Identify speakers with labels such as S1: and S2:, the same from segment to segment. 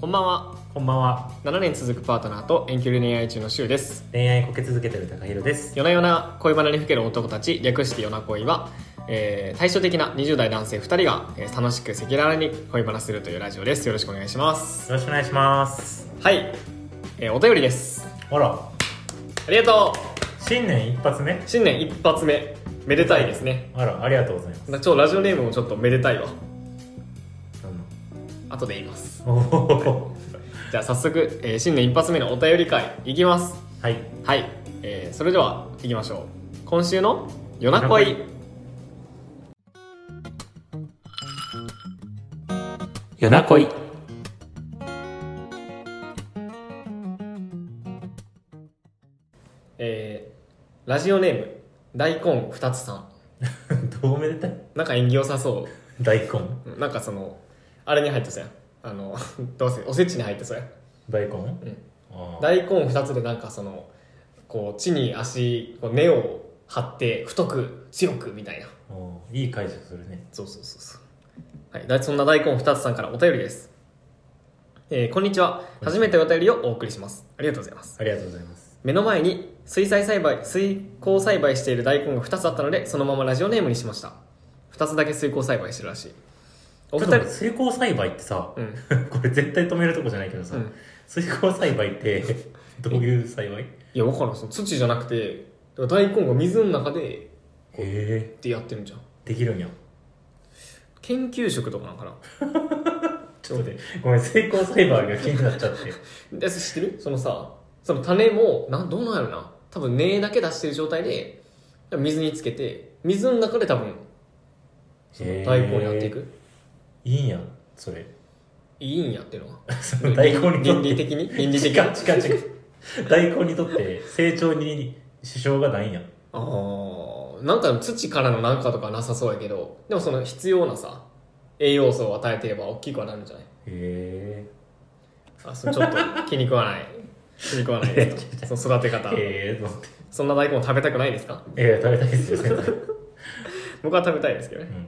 S1: こんばんは
S2: こんばんは。
S1: 7年続くパートナーと遠距離恋愛中のシュウです
S2: 恋愛こけ続けてる高弘です。
S1: 夜な夜な恋バナにふける男たち略して夜な恋は、えー対照的な20代男性2人が、えー楽しく赤裸々に恋バナするというラジオですよろしくお願いします
S2: よろしくお願いします。
S1: はい、えーお便りです
S2: あら、
S1: ありがと
S2: 新年一発目
S1: う。新年一発目めでたいですね
S2: あら、ありがとうございます。
S1: ちょラジオネームもちょっとめでたいわ
S2: あ
S1: 後で言います
S2: のお
S1: じゃあ早速、えー新年一発目のお便り会いきます
S2: ー はい。
S1: はい、えーそれでは行きましょう今週の「夜な恋」
S2: 夜な 恋。
S1: えーラジオネーム大根二つさん
S2: どうめでたい
S1: なんか縁起良さそ
S2: 大根。
S1: うなんかそのあれに入ってそうやんあの どうせおせちに入ってそうやん
S2: 大根
S1: ん
S2: あー
S1: 大根二つでなんかそのこう地に足こう根を張って太く強くみたいな
S2: おーいい解釈するね。
S1: そうそうそうそうはいだい、そんな大根二つさんからお便りです、えーこんにちは
S2: こんに
S1: 初
S2: ちは
S1: めてお便りをお送りしますありがとうございます
S2: ありがとうございます。
S1: 目の前に水彩栽培水耕栽培している大根が2つあったのでそのままラジオネームにしました2つだけ水耕栽培してるらしいお
S2: お
S1: 二
S2: 二
S1: 人
S2: 人、水耕栽培ってさ
S1: う、ん、
S2: これ絶対止めるとこじゃないけどさ、
S1: うん、
S2: 水耕栽培って、 どういう栽培
S1: いや分からんその土じゃなくてだから大根が水の中で
S2: へえ
S1: ってやってるんじゃん
S2: できるんや。
S1: 研究職とかなんかな
S2: ちょっと待って、ごめん、水耕栽培が気になっちゃって。
S1: で知ってるそのさその種もなんどうなんやろな多分根だけ出してる状態で水につけて水の中で多分 その大根やっていく、
S2: いいんや、それ。
S1: いいんやっていうのは
S2: そ の大根にと
S1: 倫
S2: っ
S1: 理
S2: て。
S1: 的に倫理的
S2: 違
S1: に
S2: う違う違う。大根にとって成長に支障がないんや。
S1: ああなんか土からのなんかとかなさそうやけどでもその必要なさ栄養素を与えてれば大きくはなるんじゃない
S2: へ
S1: あそうちょっと気に食わない 気に食わないです かその育て
S2: え
S1: 方
S2: ー。ええと思って。
S1: そんな大根食べたくないですか
S2: ええ食べたいですよ、全然。
S1: 僕は食べたいですけど
S2: う
S1: ね
S2: ん。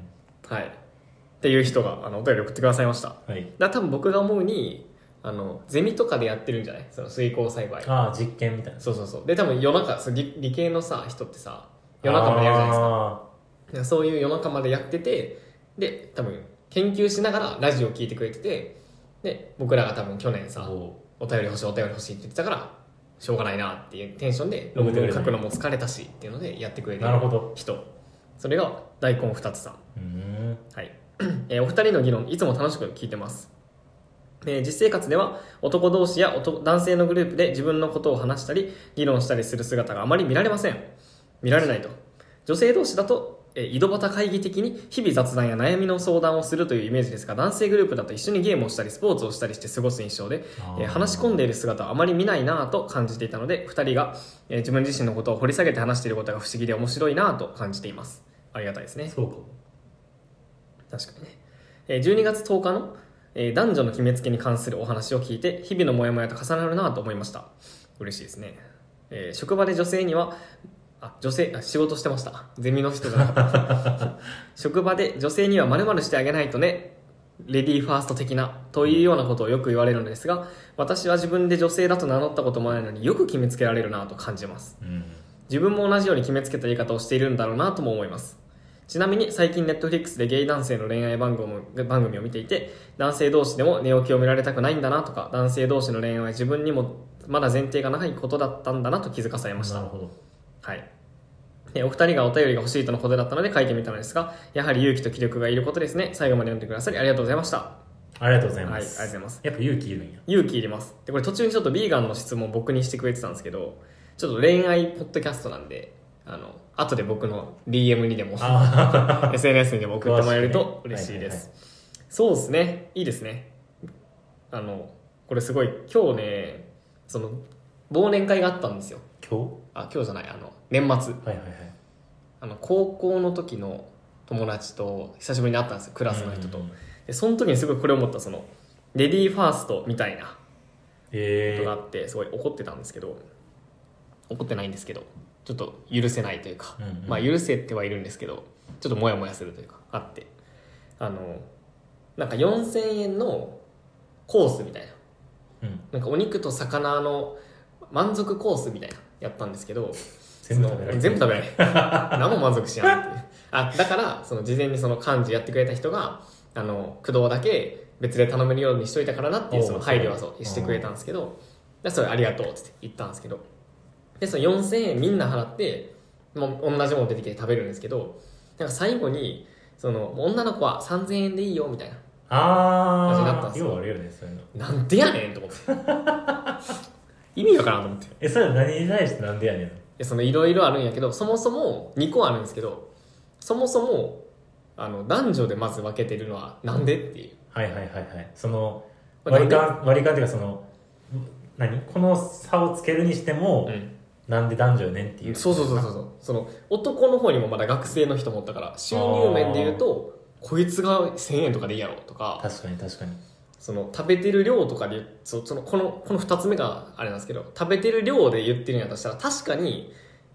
S1: はいっていう人があのお便り送ってくださいましただか
S2: はい。
S1: ら多分僕が思うにあのゼミとかでやってるんじゃないその水耕栽培
S2: ああ、実験みたいな。
S1: そうそうそうで多分夜中そう理理系のさ人ってさ夜中までやるじゃないですか
S2: か。
S1: でそういう夜中までやっててで多分研究しながらラジオ聞いてくれててで僕らが多分去年さ
S2: そ
S1: 「お便り欲しいお便り欲しい」って言ってたからしょうがないなっていうテンションで
S2: う
S1: ロ
S2: ん
S1: グで書くのも疲れたしっていうのでやってくれ
S2: う。
S1: て
S2: なるほど。
S1: 人それが大根二つさん
S2: うーん。
S1: はい、 えーお二人の議論いつも楽しく聞いてます、えー実生活では男同士や男男性のグループで自分のことを話したり議論したりする姿があまり見られません見られないと女性同士だと、えー井戸端会議的に日々雑談や悩みの相談をするというイメージですが男性グループだと一緒にゲームをしたりスポーツをしたりして過ごす印象でえー話し込ん
S2: で。
S1: でいる姿はあまり見ないなぁと感じていたので2人が、えー自分自身のことを掘り下げて話していることが不思議で面白いなぁと感じていますありがたいですね
S2: そうか。
S1: 確かにね、えー12月10日の、えー男女の決めつけに関するお話を聞いて日々のモヤモヤと重なるなと思いました嬉しいですね、えー職場で女性にはあ女性あ仕事してましたゼミの人じゃなかった職場で女性にはまるしてあげないとねレディーファースト的なというようなことをよく言われるのですが私は自分で女性だと名乗ったこともないのによく決めつけられるなと感じます
S2: うん。
S1: 自分も同じように決めつけた言い方をしているんだろうなとも思いますちなみに最近ネットフリックスでゲイ男性の恋愛番組も番組を見ていて男性同士でも寝起きを見られたくないんだなとか男性同士の恋愛は自分にもまだ前提がないことだったんだなと気づかされまし
S2: な
S1: た
S2: るほど。
S1: はいえお二人がお便りが欲しいとのことだったので書いてみたのですがやはり勇気と気力がいることですね最後まで読んでくださりありがとうございました
S2: ありがとうござい
S1: はいあ
S2: ま
S1: りが
S2: す。
S1: とうございます
S2: やっぱ勇気いるんや。
S1: 勇気いりますでこれ途中にちょっとビーガンの質問を僕にしてくれてたんですけどちょっと恋愛ポッドキャストなんであの後で僕の DM にでも
S2: あ
S1: SNS にでも送ってもらえると
S2: 詳しくね
S1: 嬉しいです、
S2: はいはい
S1: そうですねいいですねあのこれすごい今日ねその忘年会があったんですよ
S2: あ。今
S1: あ今日じゃないあの年末
S2: 日はいはいはい。
S1: あの高校の時の友達と久しぶりに会ったんですよク
S2: プ
S1: ラスの人と、
S2: へ
S1: でその時にすごいこれ思ったそのレディーファーストみたいなこ
S2: え
S1: とがあってすごい怒ってたんですけど怒ってないんですけどちょっと許せないというか、
S2: うんうん
S1: まあ許せてはいるんですけどちょっとモヤモヤするというかあってあのなんか4000円のコースみたいななんかお肉と魚の満足コースみたいなやったんですけど
S2: 全部食べられる
S1: 全部食べられない何も満足しないっていうあだからその事前にその漢字やってくれた人があの駆動だけ別で頼めるようにしといたからなっていうその
S2: おう
S1: 配慮はそ
S2: そうう
S1: してくれたんですけどでそれありがとうっつって言ったんですけどでその4000円みんな払ってもう同じもの出てきて食べるんですけどなんか最後にその女の子は3000円でいいよみたいな味になった
S2: あ
S1: んで
S2: あ
S1: すよ
S2: ようあるよねそういうの
S1: なんでやねんと思って 意味わからんと思って
S2: えそれは何に対してなんでやねんの
S1: でそのいろいろあるんやけどそもそも2個あるんですけどそもそもあの男女でまず分けてるのはなんでっていう
S2: はいはいはいはいその
S1: これ
S2: 割り勘割り勘っていうかその何この差をつけるにしても、
S1: う
S2: なんで男女よねんってい
S1: ん、
S2: う
S1: そうそうそうそうそうその男の方にもまだ学生の人もおったから収入面で言うとこいつが1000円とかでいいやろとか
S2: 確かに確かに
S1: その食べてる量とかで言うそそのこのこの2つ目があれなんですけど食べてる量で言ってるんやとしたら確かに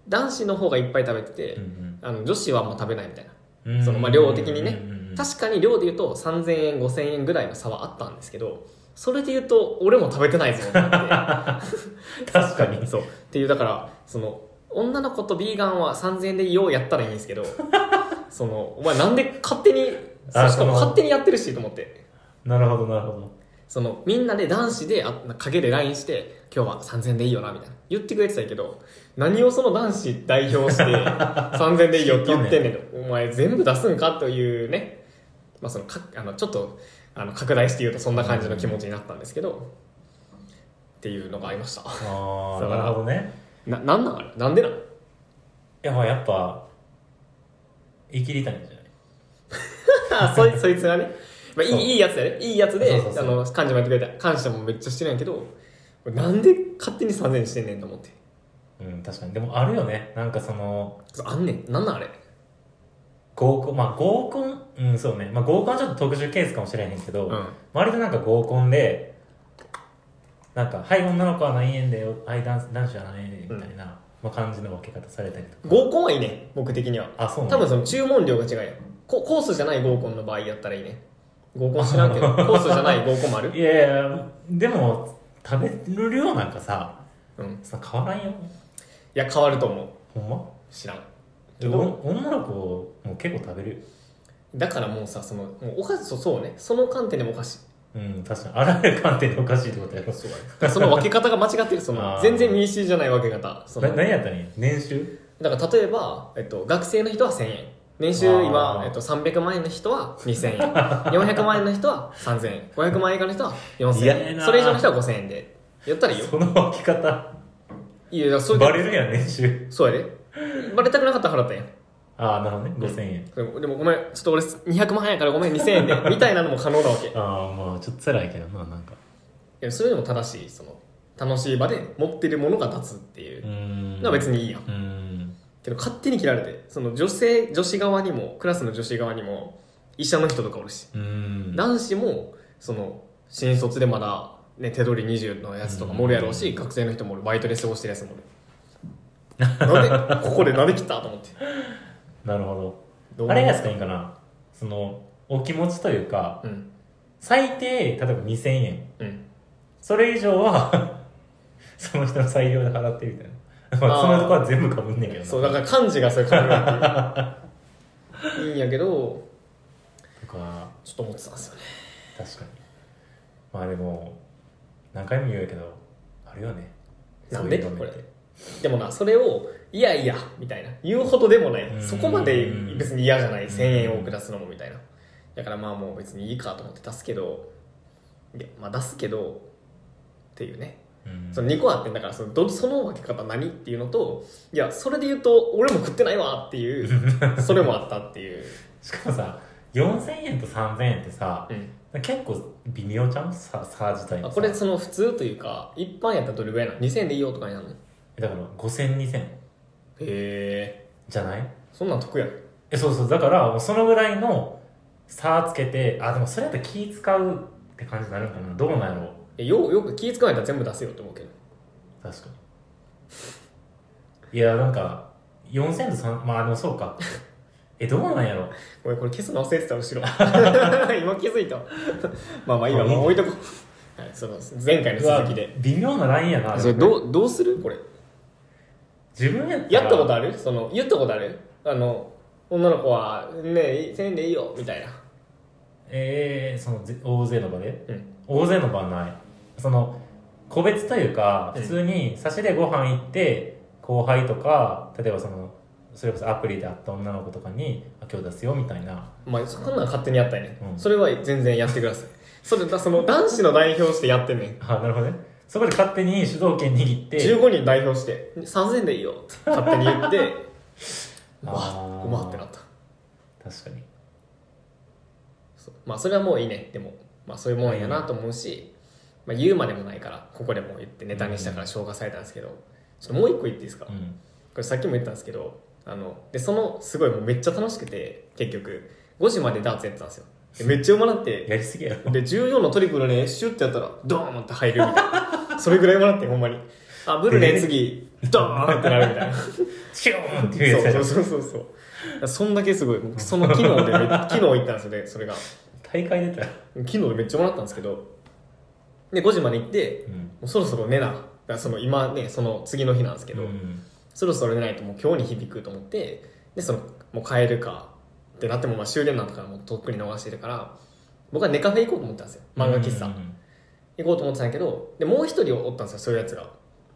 S1: 男子の方がいっぱい食べてて、
S2: うん
S1: あの女子はもう食べないみたいな
S2: うんうん
S1: そのまあ量的にね
S2: うんうんうん
S1: 確かに量で言うと3000円5000円ぐらいの差はあったんですけどそれで言うと俺も食べてないぞってなっ
S2: 確か
S1: て
S2: に
S1: そうっていうだからその女の子とビーガンは3000円でようやったらいいんですけどそのお前なんで勝手に
S2: あ
S1: しか
S2: そ
S1: も
S2: の
S1: 勝手にやってるしと思って
S2: なるほどなるほど
S1: そのみんなで男子であ陰で LINE して今日は3000円でいいよなみたいな言ってくれてたんやけど何をその男子代表して 3000円でいいよって言ってんねんとお前全部出すんかというね、まあ、そのかあのちょっとあの拡大して言うとそんな感じの気持ちになったんですけどっていうのがありました
S2: あ
S1: そ
S2: あ
S1: うだ
S2: な
S1: な
S2: るほどね
S1: ななんなんあれなんでなん
S2: いやまあやっぱ生きりたいんじゃない
S1: あ そいそいつがね、まあ、い
S2: そう
S1: いいいやつやねいいやつで
S2: そうそうそう
S1: あの幹事もやってくれた感謝もめっちゃしてるんやけどこれなんで勝手に3000円してんねんと思って
S2: うん確かにでもあるよねなんかその
S1: そうあんねんなんなんあれ
S2: 合コンまあ合コンうんそうねまあ合コンはちょっと特殊ケースかもしれへんけど、
S1: うん
S2: 割となんか合コンでなんか「はい女の子は何円だよはい男男子は何円だよ」みたいな、まあ、感じの分け方されたりとか
S1: 合コンはいいね僕的には
S2: あそうな
S1: 多
S2: んだ
S1: 分その注文量が違うよココースじゃない合コンの場合やったらいいね合コン知ら んけどコースじゃない合コンもある
S2: いやいやでも食べる量なんかさ
S1: うん
S2: そんな変わらんよ
S1: いや変わると思う
S2: ほんま
S1: 知らん
S2: でお女の子も結構食べるよ
S1: だからもうさそのもうおかしそうそうねその観点でもおかしい
S2: うん確かにあらゆる観点でおかしいってことやろ
S1: そうだねだから その分け方が間違ってるそ
S2: あ
S1: の
S2: ー
S1: 全然民主じゃない分け方その
S2: な何やったらいいの年収
S1: だから例えば、えっと、学生の人は1000円年収今
S2: あ、ー
S1: えっと、300万円の人は2000円 400万円の人は3000円500万円以下の人は4000
S2: 嫌や
S1: 円
S2: な
S1: それ以上の人は5000円でやったらいいよ
S2: その分け方
S1: いやいやそれ
S2: バレるやん年収
S1: そうやでバレたくなかったら払ったんやん
S2: ああなるほどね5000円、
S1: でもでもごめんちょっと俺200万円やからごめん2000円で みたいなのも可能なわけい
S2: ああまあちょっと辛いけどななんか
S1: やそれでも正しいその楽しい場で持ってるものが立つっていうう
S2: ーん
S1: のは別にいいやん
S2: うん
S1: けど勝手に切られてその女性女子側にもクラスの女子側にも医者の人とかおるし
S2: うん
S1: 男子もその新卒でまだ、ね、手取り20のやつとかもおるやろうし、
S2: うん
S1: 学生の人もおるバイトで過ごしてるやつ もおるなんでここでなで切ったと思って
S2: なるほ
S1: どう
S2: どあれがすかいいかなそのお気持ちというか
S1: うん
S2: 最低例えば2000円
S1: うん
S2: それ以上は その人の採用で払ってみたいなまあ
S1: あー
S2: そのとこは全部かぶんねんけどな
S1: そうだから漢字がそれから いいんやけど
S2: とか
S1: ちょっと思ってたんですよね
S2: 確かにまあでも何回も言うけどあるよね
S1: なんで
S2: そういう
S1: こ
S2: 場面
S1: れ
S2: って
S1: でもなそれをいやいやみたいな言うほどでもない
S2: うん
S1: そこまで別に嫌じゃない
S2: うん
S1: 1000円を下すのもみたいなだからまあもう別にいいかと思って出すけどいやまあ出すけどっていうね
S2: うん
S1: その2個あってんだからそのどその分け方何っていうのといやそれで言うと俺も食ってないわっていう それもあったっていう、
S2: しかもさ4000円と3000円ってさ
S1: うん
S2: 結構微妙じゃんさ差自体も
S1: あ
S2: さ
S1: これその普通というか一般やったらどれぐらいなの2000円でいいよとかになるのへ
S2: だから50002000
S1: え
S2: じゃない
S1: そんなん得やん
S2: えそうそうだからもうそのぐらいの差つけてあでもそれやったら気使うって感じになるのかなどうなんやろう
S1: えようよく気使わないと全部出せよって思うけど
S2: 確かにいやなんか4000と3まあでもそうかえどうな んやろ
S1: ごめんこれ消すの忘れてた後ろ今気づいたまあまあいいわ
S2: あいいね
S1: もう置いとこうはい、その前回の
S2: うわ
S1: 続きで
S2: 微妙なラインやな
S1: それどうどうするこれ
S2: 自分や
S1: やったことあ
S2: る
S1: るその言ったことあるあの女の子は「ねえせんでいいよ」みたいな
S2: ええそのぜ大勢の場で
S1: うん
S2: 大勢の場はないその個別というか
S1: うん
S2: 普通に差しでご飯行って後輩とか例えばそのそれこそアプリで会った女の子とかに「あ今日出すよ」みたいな
S1: まあそんなん勝手にやったんやね、
S2: うん
S1: それは全然やってくださいそれだその男子の代表してやってんねん
S2: あなるほどねそこで勝手に主導権握って
S1: 15人代表して3000でいいよって勝手に言って う
S2: あ
S1: わ
S2: ー
S1: うまってなった
S2: 確かに
S1: そうまあそれはもういいねでも、まあ、そういうもんやなと思うし、まあ、言うまでもないからここでも言ってネタにしたから消化されたんですけどちょっともう一個言っていいですか、
S2: う
S1: こ
S2: ん
S1: れさっきも言ったんですけどあのでそのすごいもうめっちゃ楽しくて結局5時までダーツやってたんですよでめっちゃうまなって
S2: やりすぎやろ
S1: で14のトリプルねシュッてやったらドーンって入るみたい なそれぐらいもらってほんまにあブルね次ドーンってなるみたいな
S2: チューンっていうやつや
S1: そ
S2: ろ
S1: うそうそうそうそうそんだけすごい僕その機能でめ機能行ったんですよねそれが
S2: 大会出たら
S1: 機能でめっちゃもらったんですけどで5時まで行って
S2: うん
S1: もうそろそろ寝なだからその今ねその次の日なんですけど、
S2: うん
S1: そろそろ寝ないともう今日に響くと思ってでそのもう帰るかってなってもまあ終電なんだからもうとっくに逃してるから僕は寝カフェ行こうと思ったんですよ漫画喫茶、
S2: うんうん
S1: 行こうと思ってたんやけどでもう一人おったんですよそういうやつが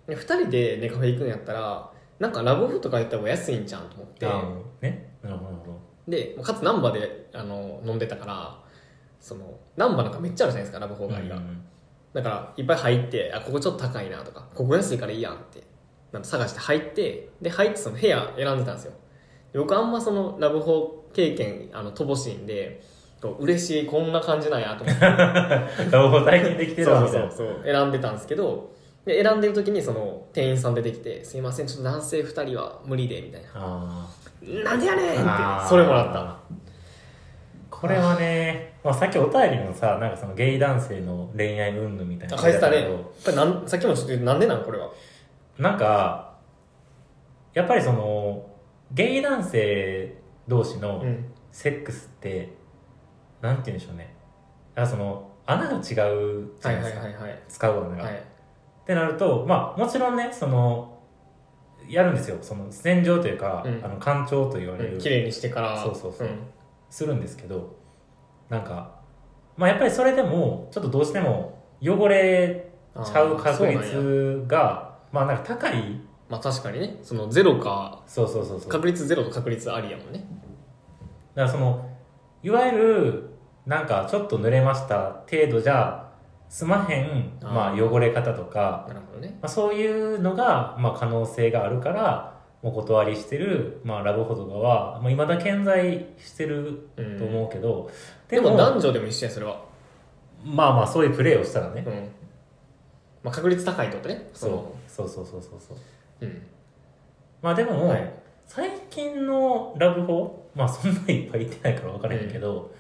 S1: で2人でネカフェ行くんやったらなんかラブオフとか行った方が安いんちゃうんと思って
S2: あーねなるほどなるほど
S1: でかつ難波であの飲んでたからその難波なんかめっちゃあるじゃないですかラブホ街が、
S2: うん
S1: だからいっぱい入ってあここちょっと高いなとかここ安いからいいやんってなんか探して入ってで入ってその部屋選んでたんですよで僕あんまそのラブホ経験あの乏しいんでこう嬉しいこんな感じなんやと思って
S2: ラブホ体験できてるわ
S1: そう
S2: みたい
S1: そう
S2: な
S1: そう選んでたんですけどで選んでる時にその店員さん出てきて「すいませんちょっと男性2人は無理で」みたい
S2: あ
S1: な「なんでやねん!」
S2: あ
S1: って
S2: ー
S1: それもらった
S2: ーこれはね、まあ、さっきお便りもさなんかそのゲイ男性の恋愛云々みたいな
S1: あ返せたねや
S2: や
S1: っ
S2: つ
S1: ぱりなんさっきもちょっと言うなんでなんこれは
S2: なんかやっぱりそのゲイ男性同士の
S1: うん
S2: セックスって、なんて言うんでしょうねあその穴が違うじゃ
S1: は
S2: ないいで
S1: は
S2: す
S1: い
S2: か、
S1: はいはい
S2: 使う穴が、
S1: は
S2: っ
S1: い
S2: てなるとまあもちろんねそのやるんですよその洗浄というか、
S1: うん
S2: あの干潮と言われる、
S1: うん綺麗にしてから
S2: そうそうそうんするんですけどなんかまあやっぱりそれでもちょっとどうしても汚れ
S1: あー
S2: ちゃう確
S1: そうなんや
S2: 率がまあなんか高い
S1: まあ確かにねそのゼロか
S2: そうそうそうそうだか
S1: 確率ゼロと確率ありやもんね
S2: らそのいわゆるなんかちょっと濡れました程度じゃ済まへん
S1: あー
S2: まあ汚れ方とか、
S1: なるほどね
S2: まあ、そういうのがまあ可能性があるからお断りしてる、まあ、ラブホとかは、まあ、未だ健在してる
S1: う
S2: と
S1: ん
S2: 思うけど、
S1: でも男女でも一緒やそれは
S2: まあまあそういうプレーをしたらね、
S1: うんまあ確率高いってことね
S2: そうそうそうそうそうそう
S1: ううん
S2: まあでも、
S1: はい
S2: 最近のラブホまあそんないっぱいいってないから分からへんけど、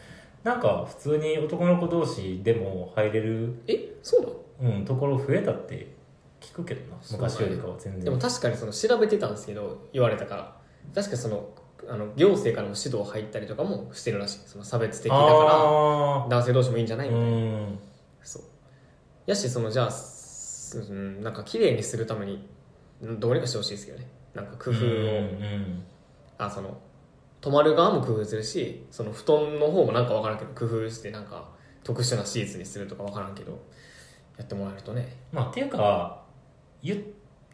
S2: なんか普通に男の子同士でも入れる、
S1: えそうなの
S2: うん、ところ増えたって聞くけどな
S1: そうだね
S2: 昔よりかは全
S1: で
S2: 然
S1: も確かにその調べてたんですけど言われたから確かそのあの行政からも指導入ったりとかもしてるらしいその差別的だか
S2: あ
S1: ら男性同士もいいんじゃな
S2: ー
S1: いみたいな、
S2: うん
S1: そうやしそのじゃあすうんなんか綺麗にするためにうんどうにかしてほしいですけどねなんか工夫を、
S2: うん
S1: あその泊まる側も工夫するしその布団の方もなんかわからんけど工夫してなんか特殊なシーツにするとかわからんけどやってもらえるとね
S2: まあっていうか言っ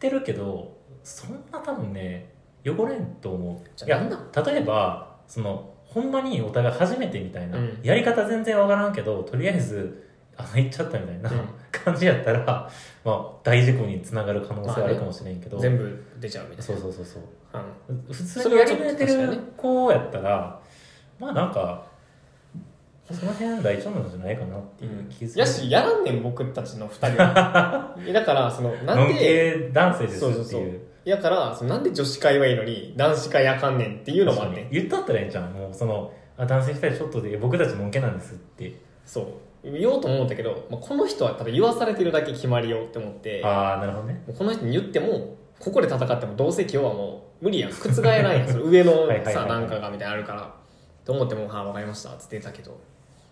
S2: てるけどそんな多分ね汚れんと思う
S1: じ
S2: い
S1: ゃあ
S2: や
S1: なんだ
S2: 例えばそのほんまにお互い初めてみたいな、
S1: うん
S2: やり方全然わからんけどとりあえずあの行っちゃったみたいな
S1: うん
S2: 感じやったら、まあ、大事故につながる可能性はあるかもしれんけど、
S1: 全部出ちゃうみたい
S2: そうそうそうそう
S1: な、うん
S2: 普
S1: そ
S2: 通に
S1: れは
S2: や
S1: ち
S2: り
S1: ょっと
S2: 慣れて
S1: 確
S2: る
S1: か
S2: 子やったらまあなんかその辺大丈夫なんじゃないかなっていう気する、
S1: やしやらんねん僕たちの2人 はだからそのな
S2: ノ
S1: ん
S2: ン
S1: で
S2: 系男性ですっていう
S1: そうそうそうやからそのなんで女子会はいいのに男子会あかんねんっていうのもあんねん
S2: 言ったったらええんちゃうもうそのあ男性二人ちょっとで僕たちのんけなんですって
S1: そう言おうと思うんだけど、まあ、この人はただ言わされてるだけ決まりようって思っても
S2: ああなるほどね
S1: うこの人に言ってもここで戦ってもどうせ今日はもう無理やん覆えないやんその上の
S2: はいはいはいは
S1: さ
S2: い
S1: なんかがみたいなのあるからと思ってもう「はあ分かりました」っつって言ったけど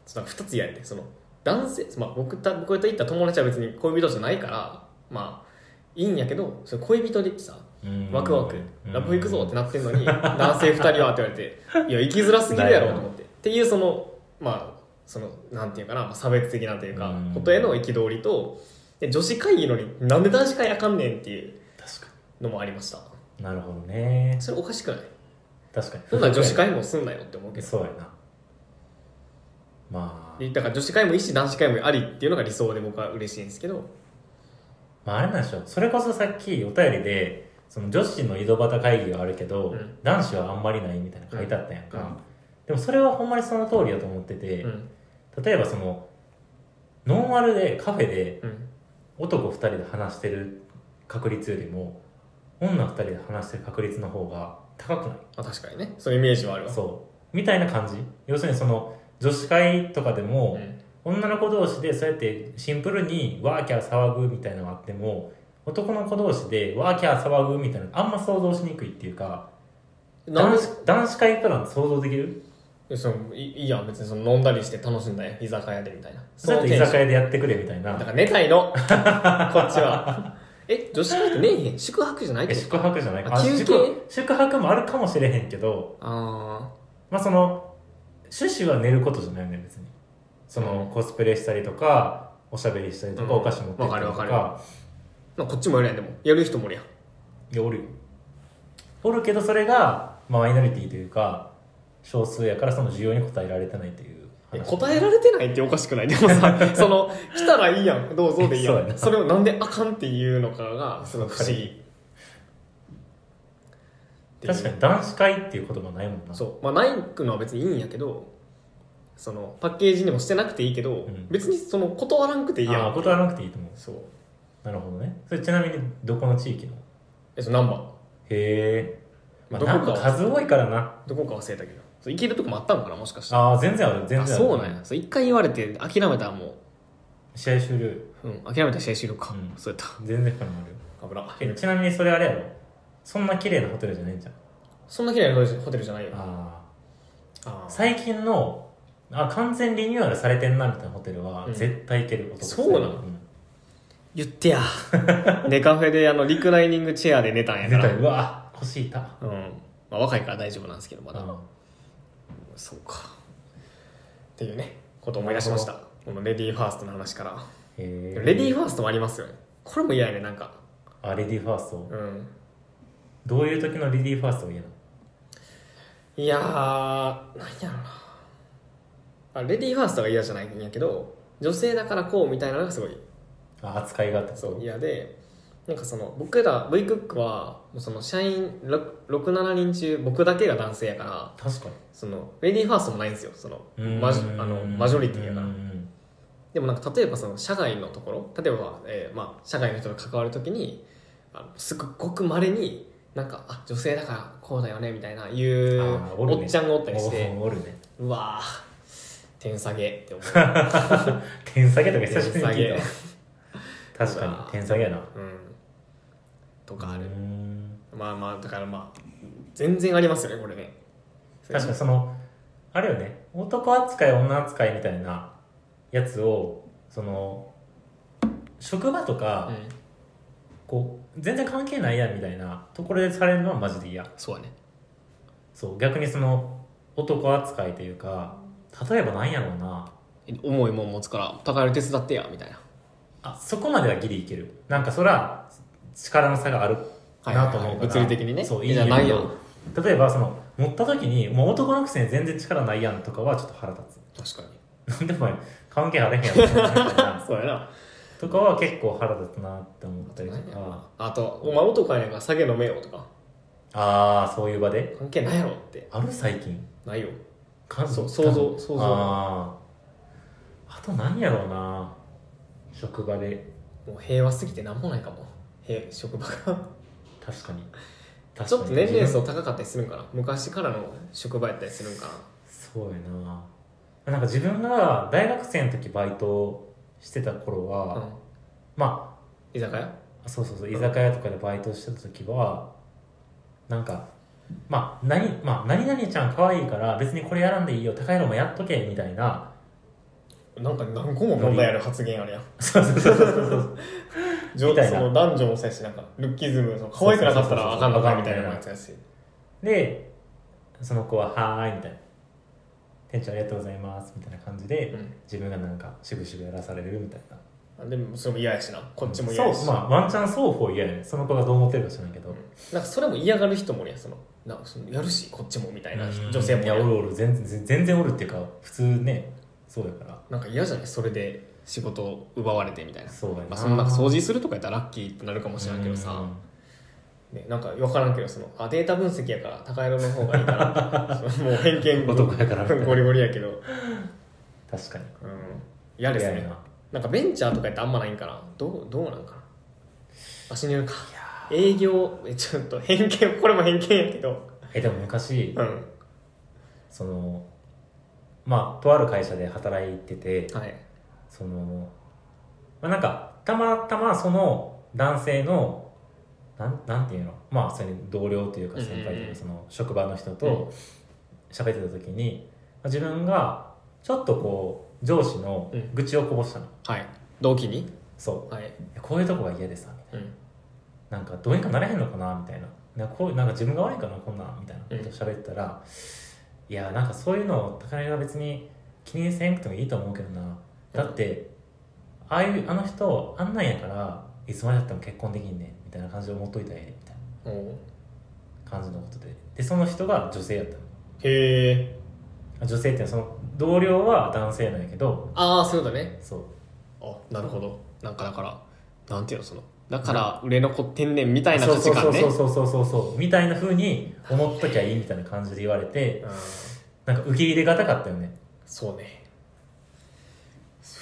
S1: その2つやってその男性、まあ、僕た僕と言った友達は別に恋人じゃないからまあいいんやけどそれ恋人でさ
S2: うん
S1: ワクワクラブ行くぞって
S2: な
S1: なってんの に男性2人はって言われていや行きづらすぎるやろと思ってっていうそのまあそのなんていうかなまあ差別的なというか
S2: うん
S1: ことへの憤りとで女子会議のになんで男子会あかんねんっていう
S2: 確か
S1: のもありました
S2: になるほどね
S1: それおかしくない
S2: 確かに
S1: そんなん女子会もすんなよって思うけど
S2: そうやなまあ
S1: でだから女子会もいいし男子会もありっていうのが理想で僕は嬉しいんですけど
S2: まああれなんでしょうそれこそさっきお便りでその女子の井戸端会議はあるけど、
S1: うん
S2: 男子はあんまりないみたいな書いてあったやんか、
S1: うんうん
S2: でもそれはほんまにその通りだと思ってて、
S1: うん
S2: 例えばそのノンアルでカフェで
S1: うん
S2: 男2人で話してる確率よりも女2人で話してる確率の方が高くない
S1: あ確かにねそういうイメージはあるわ
S2: そうみたいな感じ要するにその女子会とかでも、
S1: ん
S2: 女の子同士でそうやってシンプルにワーキャー騒ぐみたいなのがあっても男の子同士でワーキャー騒ぐみたいなのあんま想像しにくいっていうか
S1: なん
S2: 男
S1: で
S2: 子男子会から想像できる
S1: いやそのいいいやん別にその飲んだりして楽しんだよ居酒屋でみたいな
S2: そうやって
S1: の
S2: 居
S1: テンション
S2: 酒屋でやってくれみたい
S1: だか
S2: な
S1: ら寝たいの こっちはえ女子会って寝えへん宿泊じゃないけ
S2: え
S1: ど
S2: 宿泊じゃないか
S1: あ
S2: あ
S1: 休憩
S2: 宿宿泊もあるかもしれへんけど
S1: あ
S2: まあその趣旨は寝ることじゃないよね別にそのコスプレしたりとかおしゃべりしたりとか、
S1: うん
S2: お菓子持ってったりと
S1: わか
S2: か
S1: るわー、まあ、こっちもやるやんでもやる人もおるやん
S2: いやおるよおるけどそれが、まあ、マイノリティというか少数やからその需要に応えられてないという
S1: え
S2: 話
S1: 答えられてないっておかしくないでも さその来たらいいやんどうぞでいいや
S2: そうや
S1: ん
S2: な
S1: それをなんであかんっていうのかがすごい不思議
S2: 確かに男子会っていう言葉ないもんな
S1: そうまあないのは別にいいんやけどそのパッケージにもしてなくていいけど、
S2: うん
S1: 別にその断らんくていいやん
S2: ああ断らなくていいと思う
S1: そう
S2: なるほどねそれちなみにどこの地域の
S1: えそうナンバー
S2: へえ、まあ、
S1: どこか
S2: なんか数多いからな
S1: どこか忘れたけどそう行けるとこもあったのかなもしかして
S2: ああ全然ある全然あ
S1: あ
S2: る
S1: そうなんやそう一回言われて諦めたらも
S2: 試合終了
S1: う、うん、諦めたら試合終了か、
S2: うん
S1: そうやっ
S2: 全然これもあるよ
S1: た危な
S2: えちなみにそれあれやろそんな綺麗なホテルじゃねえんじゃん
S1: そんな綺麗なホテルじゃないよ
S2: あ
S1: あ
S2: あ
S1: ー
S2: 最近のあ完全リニューアルされてんなみたいなホテルは
S1: うん
S2: 絶対行ける、男
S1: そうなの
S2: ん
S1: 言ってやネカフ ェであのリクライニングチェアで寝たんやか
S2: 出た
S1: ら
S2: ようわ腰痛
S1: うんまあ、若いから大丈夫なんですけどまだ、
S2: う
S1: そうかっていうねことを思い出しましたこのレディーファーストの話から
S2: ん
S1: レディー
S2: フ
S1: ファーストもありますよねこれも嫌やねなんか
S2: ァあレディーファースト
S1: うん
S2: どういう時のレディーファーストを言うの
S1: いやーなんやろなあレディーファーストが嫌じゃないんやけど女性だからこうみたいなのがすごい
S2: あ扱いがあって
S1: そう嫌でなんかその僕ら V クックはもうその社員67人中僕だけが男性やから
S2: 確か
S1: そのレディーファーストもないんですよその
S2: に
S1: マジあのマジョリティやから
S2: うん
S1: でもなんか例えばその社外のところ例えば、えーまあ、社外の人と関わるときにあのすっごくまれになんかあ女性だからこうだよねみたいないう
S2: あーおるね
S1: おっちゃんがおったりして。
S2: おおるね
S1: うわぁ点下げって思
S2: 天下げとか久しぶりに聞い
S1: 天
S2: たわ
S1: 下げ
S2: 確かに天下げやな
S1: う、うん、とかある
S2: うーん
S1: まあまあだからまあ全然ありますよねこれね
S2: 確かにそのあれよね男扱い女扱いみたいなやつをその職場とか、
S1: うん、
S2: こう全然関係ないやんみたいなところでされるのはマジで嫌
S1: そうだね
S2: そう逆にその男扱いというか例えばなんやろうな
S1: 重いもん持つからお互いの手伝ってやみたいな
S2: あそこまではギリいけるなんかそら力の差があるなと思うから、
S1: 物理的にね
S2: そう
S1: いいじゃないや
S2: ん
S1: ん
S2: けど例えばその持った時にもう男のくせに全然力ないやんとかはちょっと腹立
S1: 確かに
S2: つなんでお前関係あれへんやんみたいな
S1: そうやな
S2: とかは結構腹立つなって思ったりとか
S1: あと「お前男やねんから下げ飲めよ」とか
S2: ああそういう場
S1: 「
S2: で
S1: 関係ないやろ」って
S2: ある最近
S1: ないよ
S2: 感
S1: そう想像想像
S2: あーあと何やろうな職場で
S1: もう平和すぎてなんもないかも平職場が
S2: 確かに確かに
S1: ちょっと年齢層高かったりするんかな昔からの職場やったりするんかな
S2: そうやななんか自分が大学生の時バイトしてた頃は、
S1: うん
S2: ま
S1: 居酒屋
S2: あそうそうそう居酒屋とかでバイトしてた時はなんかまあ何まあ何々ちゃん可愛いから別にこれやらんでいいよ高いのもやっとけみたいな
S1: なんか何個も問題ある発言あるやん
S2: そうそうそうそうそう
S1: 上
S2: みたい
S1: そ
S2: な
S1: の男女もそうやしなんかルッキズムその可愛くなかったらあかんのかみたいなやつやし
S2: でその子は「はーい」みたいな「店長ありがとうございます」みたいな感じで、
S1: うん
S2: 自分がなんかしぶしぶやらされるみたいな
S1: でもそれも嫌やしなこっちも嫌やし、
S2: そうまあワンチャン双方嫌やねその子がどう思ってるか知らんけど、
S1: なんかそれも嫌がる人もおるやんそのなんかそのやるしこっちもみたいな女性も
S2: い
S1: い
S2: や
S1: や
S2: おるおる全然全然おるっていうか普通ねそうやから
S1: なんか嫌じゃないそれで仕事を奪われてみたいな
S2: そうやな
S1: まあ、そのなんか掃除するとかやったらラッキーってなるかもしれないけどさ、ね、なんか分からんけどそのあデータ分析やから高色の方がいいか なそのもう偏見
S2: 男やからみたいな
S1: ゴリゴリやけど、うん、
S2: 確かに
S1: 嫌です
S2: 嫌や
S1: ね
S2: な
S1: なんかベンチャーとかやったらあんまないんかなどうどうなんかなあ死ねるか営業えちょっと偏見これも偏見やけど
S2: えでも昔
S1: うん
S2: そのまあとある会社で働いてて
S1: はい
S2: そのまあなんかたまたまその男性のなんなんていうのまあそれに同僚というか先輩と
S1: うんうん
S2: い
S1: う
S2: う
S1: ん
S2: かその職場の人
S1: うん
S2: と喋ってた時にまあ自分がちょっとこう上司の愚痴をこぼしたの、
S1: はい同期に
S2: そう
S1: はい
S2: いやこういうとこが嫌でさみたい
S1: うん
S2: ななんかどうにかなれへんのかなみたいななんかこうなんか自分が悪いんかなこんなんみたいなことを喋ったら、いやなんかそういうの高根は別に気にせんくてもいいと思うけどなだってああいうあの人あんなんやからいつまでやっても結婚できんねんみたいな感じで思っといたらええみたい
S1: おう
S2: な感じのことででその人が女性やった
S1: へえ
S2: の女性っていうのはその同僚は男性なんやけど
S1: ああそういうことね
S2: そう
S1: あなるほどなんかだからなんていうのそのだから売れ残ってんねんみたいな
S2: そ
S1: 価
S2: う
S1: 値
S2: そうそ
S1: 観
S2: う
S1: ね
S2: そうそうそうそうみたいな風に思っときゃいいみたいな感じで言われて
S1: うん
S2: なんか受け入れがたかったよね
S1: そうね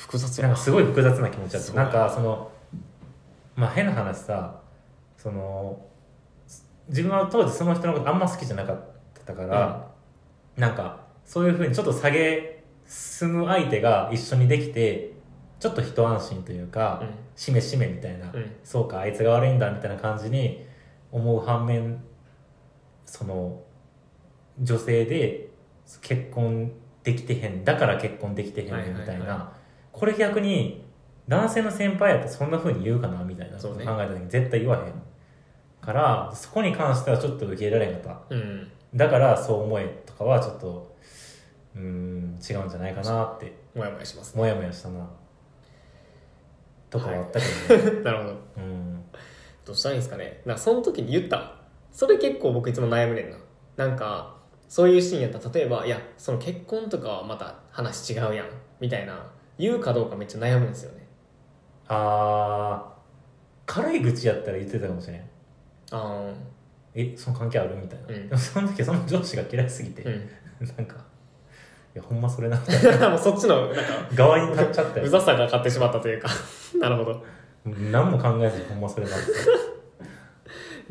S1: 複雑や
S2: なん
S1: な
S2: かすごい複雑な気持ちだっ
S1: そ
S2: た
S1: う
S2: なんかそのまあ変な話さその自分は当時その人のことあんま好きじゃなかったから、なんかそういうふうにちょっと下げ進む相手が一緒にできてちょっと一安心というか、
S1: うん
S2: しめしめみたいな、
S1: うん
S2: そうかあいつが悪いんだみたいな感じに思う反面その女性で結婚できてへんだから結婚できてへんねん
S1: はいはいはい
S2: みたいな、これ逆に男性の先輩やったらそんな風に言うかなみたいなこと
S1: そう
S2: 考
S1: ね
S2: えた時に絶対言わへんからそこに関してはちょっと受け入れられへんかった
S1: うん
S2: だからそう思えとかはちょっとうーん違うんじゃないかなって
S1: もやもやしますね
S2: モヤモヤしたなとかはあったけどね、
S1: なるほど
S2: うん
S1: どうしたらいいんですかねなんかその時に言ったそれ結構僕いつも悩むねんななんかそういうシーンやったら例えばいやその結婚とかはまた話違うやんみたいな言うかどうかめっちゃ悩むんですよね
S2: あー軽い愚痴やったら言ってたかもしれん
S1: あ
S2: えその関係あるみたいな、
S1: うん
S2: でもその時はその上司が嫌いすぎて、
S1: ーうん
S2: なんかいやほんまそれな みたいな
S1: もうそっちのなん か
S2: 側に立っちゃったよ
S1: うざさが勝ってしまったというか なるほど
S2: 何も考えずにほんまそれなんですよ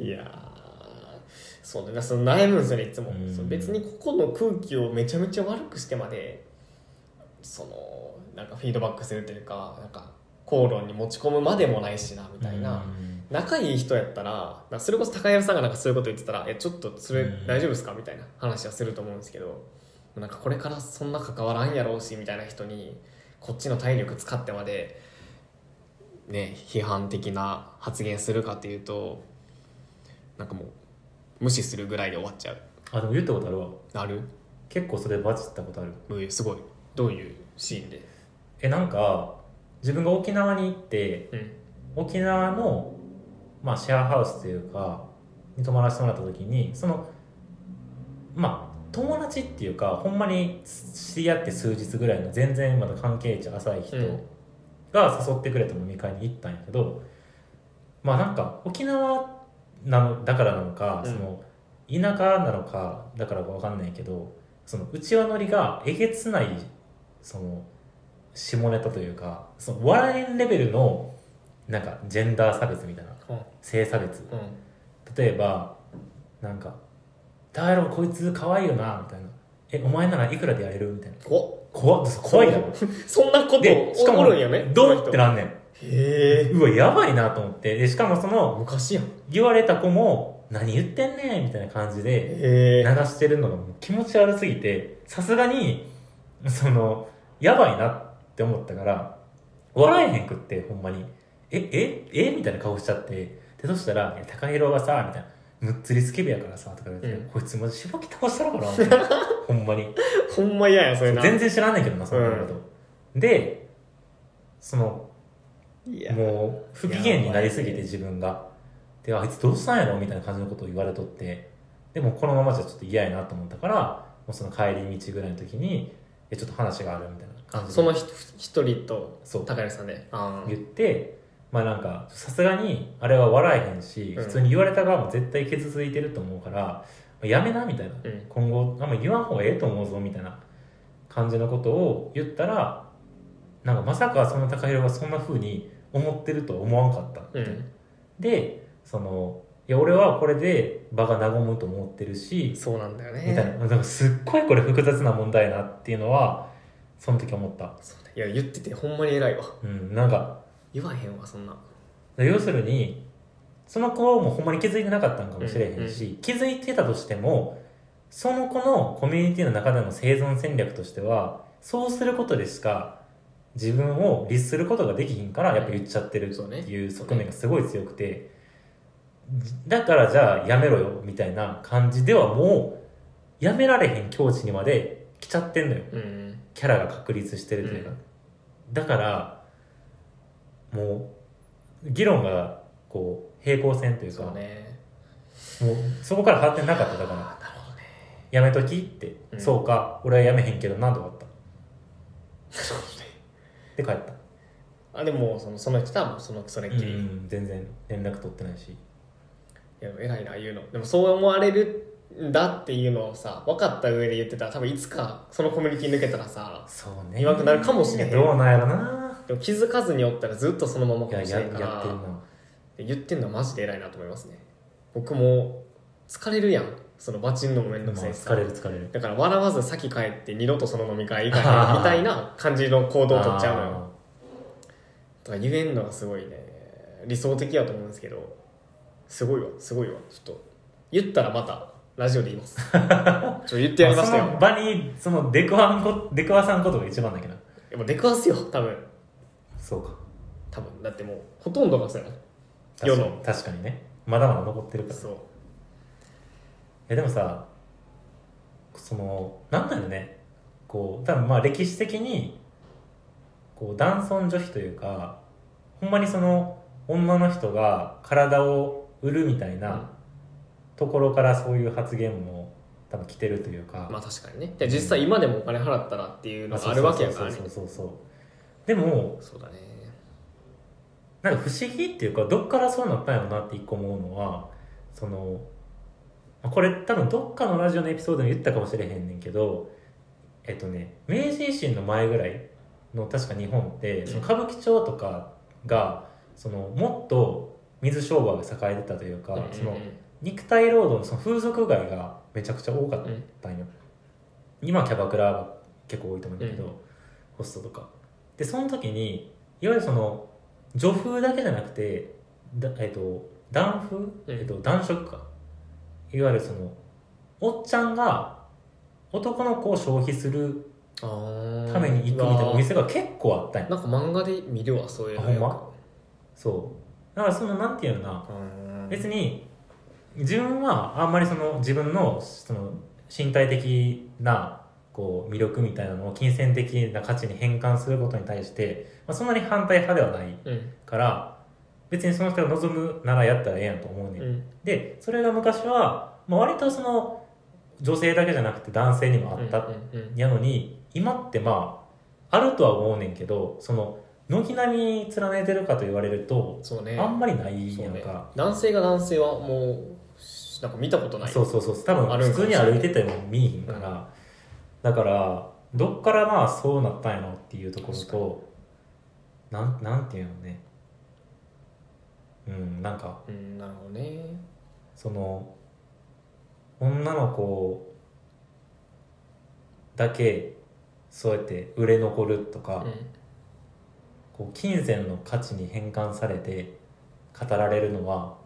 S1: いやーそうねだからその悩むんですよねいつも
S2: うん
S1: そう別にここの空気をめちゃめちゃ悪くしてまでそのなんかフィードバックするというかなんか口論に持ち込むまでもないしなみたいな、
S2: うん
S1: 仲いい人やったらなんかそれこそ高山さんがなんかそういうこと言ってたら「えちょっとそれ
S2: うん
S1: 大丈夫ですか?」みたいな話はすると思うんですけどなんかこれからそんな関わらんやろうしみたいな人にこっちの体力使ってまで、ね、批判的な発言するかっていうとなんかもう無視するぐらいで終わっちゃう。
S2: あでも言ったことあるわ
S1: ある
S2: 結構それバチったことある
S1: うんすごいどういうシーンで、
S2: えなんか自分が沖縄に行って
S1: うん
S2: 沖縄の、まあ、シェアハウスというかに泊まらせてもらった時にそのまあ友達っていうかほんまに知り合って数日ぐらいの全然まだ関係値浅い人
S1: うん
S2: が誘ってくれた飲み会に行ったんやけど、まあなんか沖縄なのだからなのか、
S1: うん
S2: その田舎なのかだからか分かんないけどそのうちわのりがえげつないその下ネタというかその笑えんレベルのなんかジェンダー差別みたいな
S1: うん
S2: 性差別
S1: うん
S2: 例えばなんか「だろこいつ可愛いよな」みたいな「えお前ならいくらでやれる?」みたいな
S1: お
S2: 怖っ怖いやろ
S1: そんなこと
S2: でしか
S1: お
S2: も
S1: るんやねそ
S2: ド
S1: の
S2: ン
S1: 人
S2: ってなんねん
S1: へえ
S2: うわやばいなと思ってでしかもその
S1: 昔やんへ
S2: 言われた子も「何言ってんねん」みたいな感じで
S1: え
S2: 流してるのがもう気持ち悪すぎてさすがにそのやばいなっって思ったから笑えへんくってほんまにえええみたいな顔しちゃってでそしたらいや「高弘がさ」みたいな「むっつりスケベやからさ」とか言って、
S1: うん
S2: こいつマジしばき倒したのかなみたいなほんま に
S1: ほんま嫌やそれな
S2: 全然知らんねんけどなそんなこと、でその
S1: いや
S2: もう不機嫌になりすぎて自分がであいつどうしたんやろみたいな感じのことを言われとってでもこのままじゃちょっと嫌やなと思ったからもうその帰り道ぐらいの時にいやちょっと話があるみたいな感じで
S1: そのひ一人と
S2: そう
S1: 高橋さんであー
S2: 言ってまあなんかさすがにあれは笑えへんし
S1: うん
S2: 普通に言われた側も絶対傷ついてると思うから、まあやめなみたいな、
S1: うん
S2: 今後あんま言わん方がええと思うぞみたいな感じのことを言ったらなんかまさかその高弘がそんな風に思ってるとは思わんかった
S1: う
S2: みたいなんでそのいや俺はこれで場が和むと思ってるし、
S1: そうなんだよね
S2: みたいななんかすっごいこれ複雑な問題やなっていうのはその時思った、
S1: そうだいや言っててほんまに偉いわ
S2: うん、なんか
S1: 言わへんわそんな
S2: 要するにその子もほんまに気づいてなかったんかもしれへんし、気づいてたとしてもその子のコミュニティの中での生存戦略としてはそうすることでしか自分を律することができひんからやっぱ言っちゃってる
S1: そうね
S2: っていう側面がすごい強くてだからじゃあやめろよみたいな感じではもうやめられへん境地にまで来ちゃってんのよ
S1: うん
S2: キャラが確立してるというか、
S1: うん
S2: だからもう議論がこう平行線というか
S1: そうね
S2: もうそこから発展なかっただから
S1: あなるほどね
S2: やめときって、
S1: うん
S2: そうか俺はやめへんけどなと思った
S1: なるほどね
S2: で帰った、
S1: あでもそのその人とはもうそのそれっきり、い
S2: 全然連絡取ってないし
S1: や偉いな言うのでもそう思われるんだっていうのをさ分かった上で言ってたら多分いつかそのコミュニティ抜けたらさ
S2: そう
S1: いなくなるかもしれへん
S2: どうなんやろな
S1: でも気づかずにおったらずっとそのまま
S2: い
S1: か
S2: や
S1: もし
S2: や
S1: れ
S2: や
S1: ん
S2: って
S1: か
S2: る
S1: ら
S2: な
S1: で言ってんのはマジで偉いなと思いますね僕も疲れるやんそのバチンのもめんど
S2: まあ
S1: くせえしさ
S2: 疲れる疲れる
S1: だから笑わず先帰って二度とその飲み会行かへんみたい な感じの行動を取っちゃうのよだから言えんのがすごいね理想的やと思うんですけどすごいわすごいわちょっと言ったらまたラジオで言 いますちょっと言ってやりました
S2: そ
S1: よ
S2: の場にその出くわんこ出くわさんことが一番だけど
S1: でも出くわすよ多分
S2: そうか
S1: 多分だってもうほとんどがそうやな世
S2: 確か
S1: の
S2: に確かにねまだまだ残ってるから
S1: そう
S2: えでもさそのなんだろうねこう多分まあ歴史的にこう男尊女卑というかほんまにその女の人が体を売るみたいなところからそういう発言も多分来てるというか、
S1: まあ確かにねで実際今でもお金払ったらっていうの
S2: ま
S1: があるわけやからね
S2: そうそうそうそうそうでも
S1: そうだね
S2: なんか不思議っていうかどっからそうなったんやろなって一個思うのはそのまあこれ多分どっかのラジオのエピソードに言ったかもしれへんねんけどえっとね明治維新の前ぐらいの確か日本ってその歌舞伎町とかがそのもっと水商売が栄えてたというか、
S1: うんうんうん
S2: その肉体労働のその風俗街がめちゃくちゃ多かったんよ、今はキャバクラが結構多いと思うんだけど、
S1: うん
S2: ホストとかでその時にいわゆるその女風だけじゃなくてだえっと男風、えっと男色かいわゆるそのおっちゃんが男の子を消費する
S1: あー
S2: ために行くみたいなお店が結構あったんよ
S1: なんか漫画で見るわそういうの
S2: あほんまそうだからそのなんていうのかな
S1: うん
S2: 別に自分はあんまりその自分のその身体的なこう魅力みたいなのを金銭的な価値に変換することに対して、まあ、そんなに反対派ではない
S1: うん
S2: から別にその人が望むならやったらええやんと思うね、、
S1: うんん
S2: でそれが昔は、まあ、割とその女性だけじゃなくて男性にもあった
S1: うんうん
S2: やのに今ってまああるとは思うねんけどその軒並み貫いてるかと言われると
S1: そうね
S2: あんまりない
S1: そ
S2: や
S1: うんね
S2: か。
S1: 男性が男性はもうなんか見たことない
S2: そうそうそう多
S1: あ
S2: 分
S1: るん
S2: 普
S1: かもし
S2: 通に
S1: れない
S2: 歩いてても見えへんから、だからどっからまあそうなったんやろっていうところとなんなんていうのねうんなんか
S1: うんなるほどね
S2: その女の子だけそうやって売れ残るとか、こう金銭の価値に変換されて語られるのは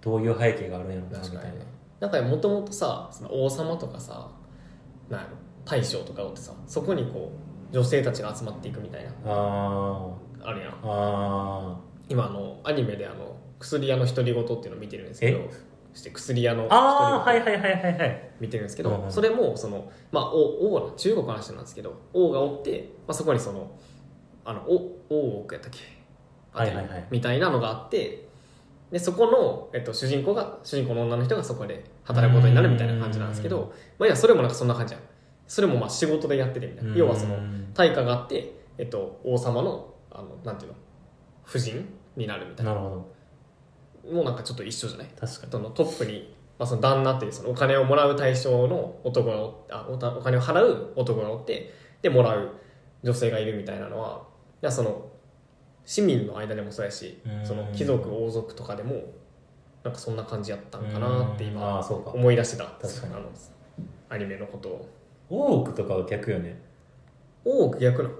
S2: どういう背景があるんやろ
S1: う
S2: うんなみ
S1: 確
S2: た
S1: か
S2: いな
S1: にねなんかもともとさその王様とかさなんやろ大将とかおってさそこにこう女性たちが集まっていくみたいな
S2: あ
S1: あるやん
S2: ーあ
S1: 今あのアニメであの薬屋の独り言っていうのを見てるんですけど
S2: え
S1: して薬屋の
S2: ーあー
S1: 独
S2: は
S1: り
S2: い
S1: 言
S2: はいはいはいはい
S1: 見てるんですけ
S2: うん
S1: ど
S2: うん
S1: それもそのまあ王王が中国の話なんですけど王がおって、まあ、そこにそのあのお王国やったっけ
S2: はいはいはい
S1: みたいなのがあってでそこの、えっと、主人公が主人公の女の人がそこで働くことになるみたいな感じなんですけ
S2: うん
S1: ど、まあ、いやそれもなんかそんな感じやんそれもまあ仕事でやっててみたいな要はその
S2: うん
S1: 対価があって、えっと、王様のあのなんていうの夫人になるみたい
S2: な
S1: な
S2: るほど
S1: もうなんかちょっと一緒じゃない
S2: 確かに
S1: そのトップに、まあ、その旦那っていうそのお金をもらう対象の男がおあおたお金を払う男がおってでもらう女性がいるみたいなのはいやその市民の間でもそうやし
S2: うん
S1: その貴族王族とかでもなんかそんな感じやったんかなって
S2: うんあ
S1: 今
S2: あそうか
S1: 思い出してた
S2: 確かに
S1: あのアニメのことを
S2: 大奥とかは逆よね
S1: 大奥逆なのい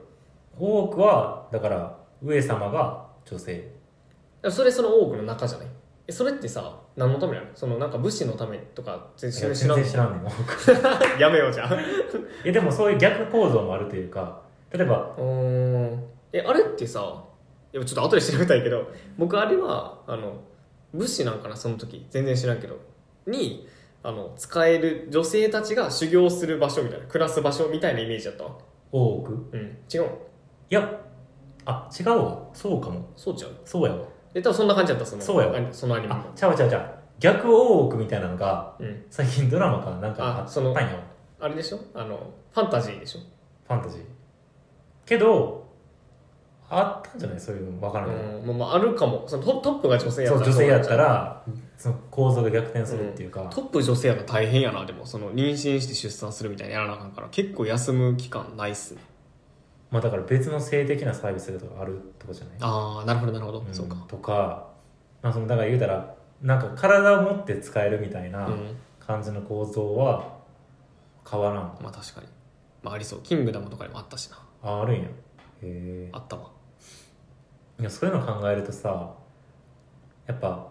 S2: 大奥はだから上様が女性
S1: やそれその大奥の中じゃないえそれってさ何のためなのそのなんか武士のためとか全
S2: 全
S1: 然
S2: 然
S1: 知らん
S2: 知らん ねん大 奥
S1: やめようじゃん
S2: えでもそういう逆構造もあるというか例えば
S1: うーんえあれってさいやちょっと後で調べたいけど僕あれはあの武士なんかなその時全然知らんけどにあの使える女性たちが修行する場所みたいな暮らす場所みたいなイメージだったわ
S2: 大奥
S1: うん違うの
S2: いやあ違うわそうかも
S1: そうちゃう
S2: そうやわ
S1: え多分そんな感じだったその
S2: そうやわ
S1: あのそのアニメ
S2: あ
S1: も
S2: ちゃうちゃうちゃう逆大奥みたいなのが
S1: うん
S2: 最近ドラマかなんかあ
S1: あ
S2: っ
S1: そ
S2: たんや
S1: の
S2: わ
S1: あれでしょあのファンタジーでしょ
S2: ファンタジーけどあったんじゃないそういうの分からない、
S1: うんまあまああるかもそのトトップが女性や
S2: そ
S1: っ
S2: う
S1: たら
S2: 女性やった
S1: そうなっ
S2: らその構造が逆転するっていうか、
S1: ちゃうトップ女性やったら大変やなでもその妊娠して出産するみたいなやらなあかんから結構休む期間ないっすね
S2: まあだから別の性的なサービスとかあるとこじゃない
S1: ああなるほどなるほど、
S2: ん
S1: そうか
S2: とか、まあ、そのだから言うたらなんか体を持って使えるみたいうなん感じの構造は変わらん
S1: まあ確かに、まあ、ありそうキングダムとかでもあったしな
S2: ああるんやへ
S1: あったわ
S2: えいやそういうの考えるとさやっぱ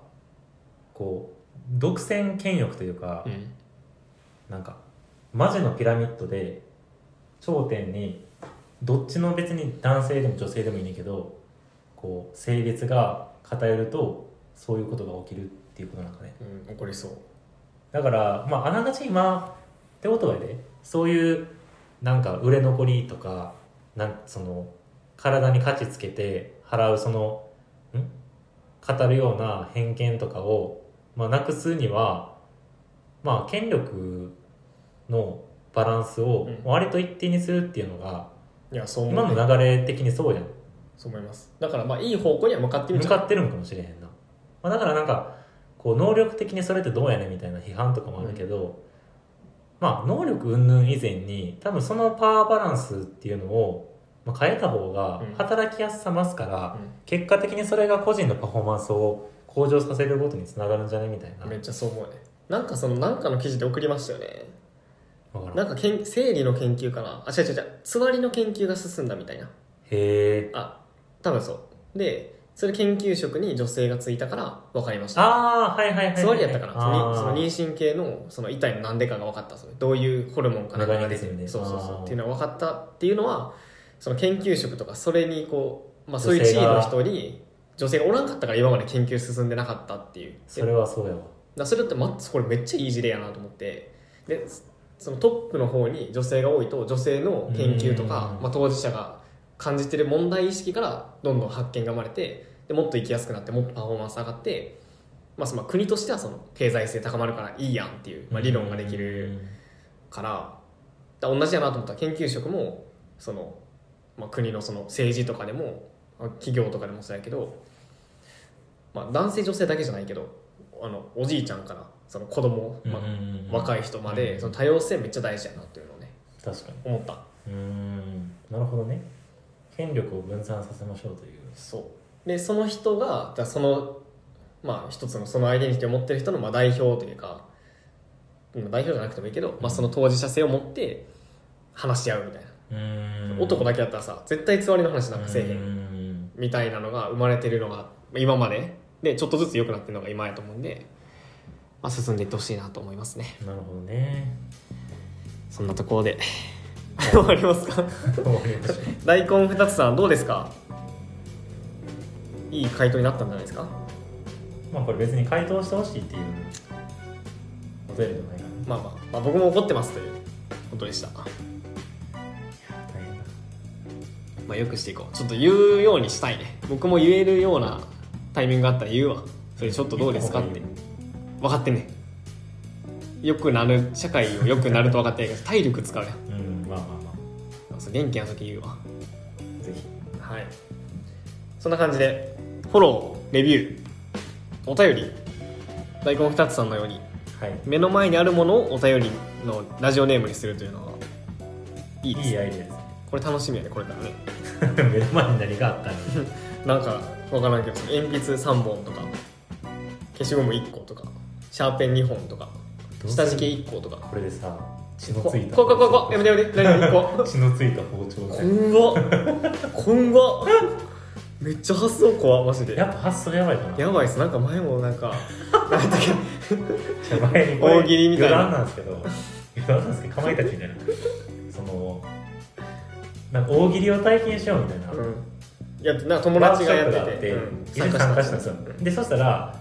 S2: こう独占権力というか、
S1: うん
S2: なんかマジのピラミッドで頂点にどっちの別に男性でも女性でもいいねんけどこう性別が偏るとそういうことが起きるっていうことなんかね
S1: うん怒りそう
S2: だからまああながち今ってことはねそういうなんか売れ残りとかなんその体に価値つけて払うそのん語るような偏見とかを、まあ、なくすにはまあ権力のバランスを
S1: うん
S2: 割と一定にするっていうのが、
S1: いやそう
S2: 今
S1: 思う、
S2: の流れ的にそうやん
S1: そう思いますだからまあいい方向には向かってみ
S2: 向
S1: ち
S2: か
S1: ゃう
S2: ってるんかもしれへんな、まあ、だからなんかこう能力的にそれってどうやねんみたいな批判とかもあるけど、まあ能力云々以前に多分そのパワーバランスっていうのをまあ変えた方が
S1: うん
S2: 働きやすさますから、
S1: う、
S2: 結果的にそれが個人のパフォーマンスを向上させることにつながるんじゃないみたいなん
S1: めっちゃそう思うねなんかそのなんかの記事で送りましたよね
S2: わからん
S1: なんかけん生理の研究かなあ違う違う違うつわりの研究が進んだみたいな
S2: へえ
S1: あ多分そうでそれ研究職に女性がついたから分かりました
S2: ああはいはいはい、はい、
S1: つわりやったかなその
S2: あー
S1: その妊娠系のその痛いのなんでかが分かったそのどういうホルモンかなんかが出て
S2: メガネ
S1: る
S2: です
S1: そ
S2: よ
S1: う
S2: ね
S1: そうそう
S2: あー
S1: っていうのが分かったっていうのはその研究職とかそれにこう、まあ、
S2: 女
S1: そう
S2: 性
S1: いう地
S2: が
S1: 位の人に女性がおらんかったから今まで研究進んでなかったっていう
S2: それはそうやわ
S1: だそれってまこれめっちゃいい事例やなと思ってでそのトップの方に女性が多いと女性の研究とか
S2: う、ん
S1: まあ、当事者が感じてる問題意識からどんどん発見が生まれてでもっと生きやすくなってもっとパフォーマンス上がって、まあそのまあ、国としてはその経済性高まるからいいやんっていう、まあ、理論ができるからだ同じやなと思ったら研究職もその、まあ、国のその政治とかでもまあ企業とかでもそうやけど、まあ、男性女性だけじゃないけどあのおじいちゃんからその子供、まあ
S2: い
S1: 若い人ま
S2: う
S1: で
S2: ん
S1: その多様性めっちゃ大事やなっていうのをね
S2: 確かに
S1: 思った
S2: うーんなるほどね権力を分散させましょうという
S1: そうでその人がだそのまあ一つのそのアイデンティティを持ってる人のまあ代表というかまあ代表じゃなくてもいいけど、まあ、その当事者性を持って話し合うみたいな、男だけだったらさ絶対つわりの話なんかせえへん
S2: ん
S1: みたいなのが生まれてるのが今まででちょっとずつ良くなってるのが今やと思うんで、まあ、進んでいってほしいなと思いますね
S2: なるほどね
S1: そんなところで 終わりますか
S2: 終わりましょう
S1: 大根二つさんどうですかいい回答になったんじゃないですか
S2: まあこれ別に回答してほしいっていうお便りでもないからね
S1: まあまあ、まあ、僕も怒ってますということでした、ま
S2: 大変だ
S1: あ、よくしていこうちょっと言うようにしたいね僕も言えるようなタイミングがあったら言うわそれちょっとどうですか って分かってんねよくなる社会をよくなると分かってないけど体力使うやん
S2: うんまあまあま
S1: そう元気な時言うわ
S2: あぜひ
S1: はいそんな感じでフォローレビューお便り大根二つさんのように
S2: はい
S1: 目の前にあるものをお便りのラジオネームにするというのはいいです
S2: いいアイデ
S1: これ楽しみやねこれからね
S2: アです 目の前に何があったの
S1: なんかわからんけどその鉛筆3本とか消しゴム1個とかシャーペン2本とか
S2: どうする
S1: 下敷き1個とか
S2: これでさ血
S1: こ
S2: の
S1: こ
S2: つい
S1: こ
S2: た
S1: こここやめてやめて大丈 夫こ
S2: 血のついた包丁で
S1: 怖っ怖っめっちゃ発想怖っマジで
S2: やっぱ発想やばいかな
S1: やばいっすなんか前もなん かなんだっけ
S2: じゃあ前にこれ
S1: 大喜利みたいな
S2: 余談なんですけど余談なんですけどかまいたちみたいなそのなんか大喜利を体験しようみたいな、
S1: うん、やってなんか友達がや
S2: ワークショ
S1: っ
S2: ッ
S1: て
S2: プ
S1: て
S2: があ
S1: うん
S2: 一緒に参加したんですよでそしたら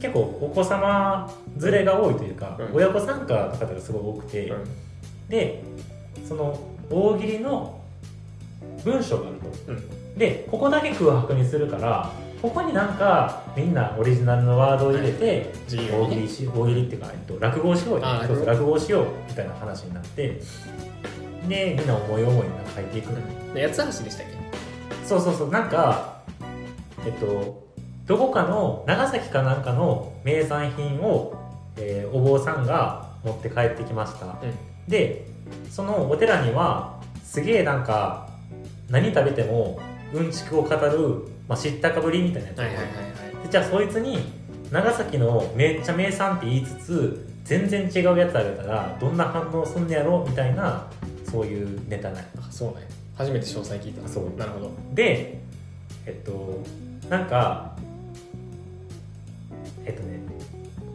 S2: 結構お子様連れが多いというか、
S1: うん
S2: 親子参加の方がすごい多くて、
S1: う
S2: でその大喜利の文章があると
S1: んうん
S2: でここだけ空白にするからここになんかみんなオリジナルのワードを入れて、
S1: 自由
S2: 大
S1: に
S2: 喜利し大喜利っていうか、えっと、落語をしようよ
S1: あー
S2: そうそう
S1: 落
S2: 落語をしようみたいな話になってでみんな思い思いになんか書いていくの
S1: ね八つ橋でしたっけ
S2: そうそうそうなんかえっとどこかの長崎かなんかの名産品を、えーお坊さんが持って帰ってきました
S1: うん
S2: でそのお寺にはすげえなんか何食べてもうんちくを語る、まあ、知ったかぶりみたいなやつ、
S1: はいはいはいはい
S2: でじゃあそいつに長崎のめっちゃ名産って言いつつ全然違うやつあげたらどんな反応すんねやろみたいなそういうネタない
S1: あそうね初めて詳細聞いた
S2: あそう
S1: なるほど
S2: でえっとなんかえっとね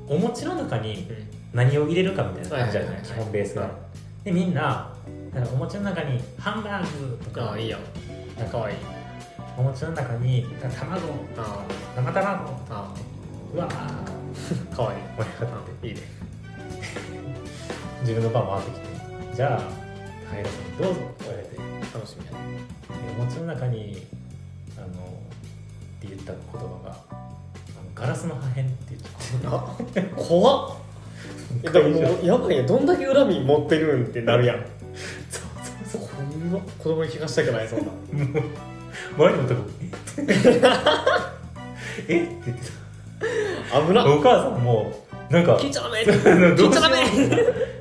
S2: お餅の中に
S1: う
S2: 何を入れるかみたいな感じじゃ
S1: は
S2: ない
S1: はい
S2: い
S1: はい
S2: 基本ベースがでみんななんかお餅の中にハンバーグと
S1: んあ
S2: か
S1: あいいやんかわいい
S2: お餅の中になんか卵
S1: あ
S2: 生卵
S1: ああ
S2: うわー
S1: あかわいい
S2: 盛り上がって
S1: いいね
S2: 自分の番回ってきてじゃあ平さんどうぞって言われて
S1: 楽しみやね
S2: お餅の中にあのって言った言葉があのガラスの破片って言っちゃった
S1: あ怖っいや
S2: で
S1: で
S2: も
S1: ももうやばいねどんだけ恨み持ってるんってなるやん
S2: そう
S1: そんな子供に聞かしたくない そんな
S2: そうもう周りのとこ「えっ?」 って言って
S1: 危な
S2: たお母さんもなんか
S1: 聞いちゃダメ
S2: どうし
S1: 聞
S2: よう
S1: いちゃダメ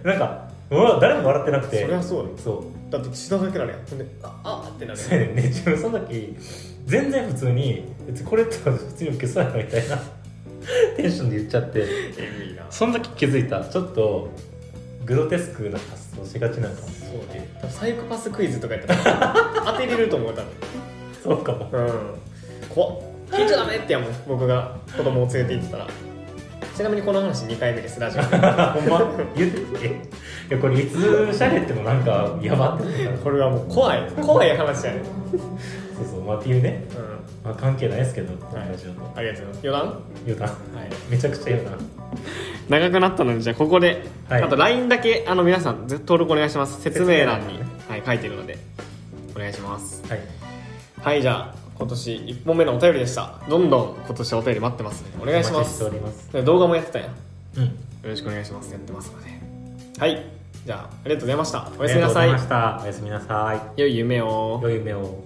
S2: なんかうわ誰も笑ってなくて
S1: そりゃそうだよ
S2: そう
S1: だって血だらけなるやんほんでああってなる
S2: そ
S1: や
S2: うんやねんね自分その時全然普通に別にこれって普通に受けそうやなみたいな テンションで言っちゃって
S1: えぐいな
S2: その時気づいたちょっとグロテスクな発想しがちなのかも
S1: そうね多分サイコパスクイズとかやったら当てれると思う多
S2: そうかも
S1: 分うん怖っ聞いちゃダメってやもん僕が子供を連れて行ってたらちなみにこの話2回目ですラジオで
S2: ほんま言ってていやこれいつ喋ってもなんかやばってなるから
S1: これはもう怖い怖い話やね
S2: そうそうまあっていうね、
S1: うん
S2: まあ、関係ないですけどこの
S1: はい
S2: ラジオと
S1: ありがとうございます余談
S2: 余談
S1: はい
S2: めちゃくちゃ余談
S1: 長くなったのでじゃあここで、
S2: はい
S1: あと LINE だけあの皆さんぜ登録お願いします説明欄にはい、書いてるのでお願いします
S2: はい
S1: はいじゃあ今年1本目のお便りでしたどんどん今年はお便り待ってますのでお願いしま
S2: お待ちしてお
S1: す
S2: ります
S1: 動画もやってたんやよ
S2: うん
S1: ろしくお願いしますやってますのではいじゃあありがとうございましたお
S2: お
S1: やすみなさい
S2: ましたおやすみなさい
S1: 良い夢を
S2: 良い夢を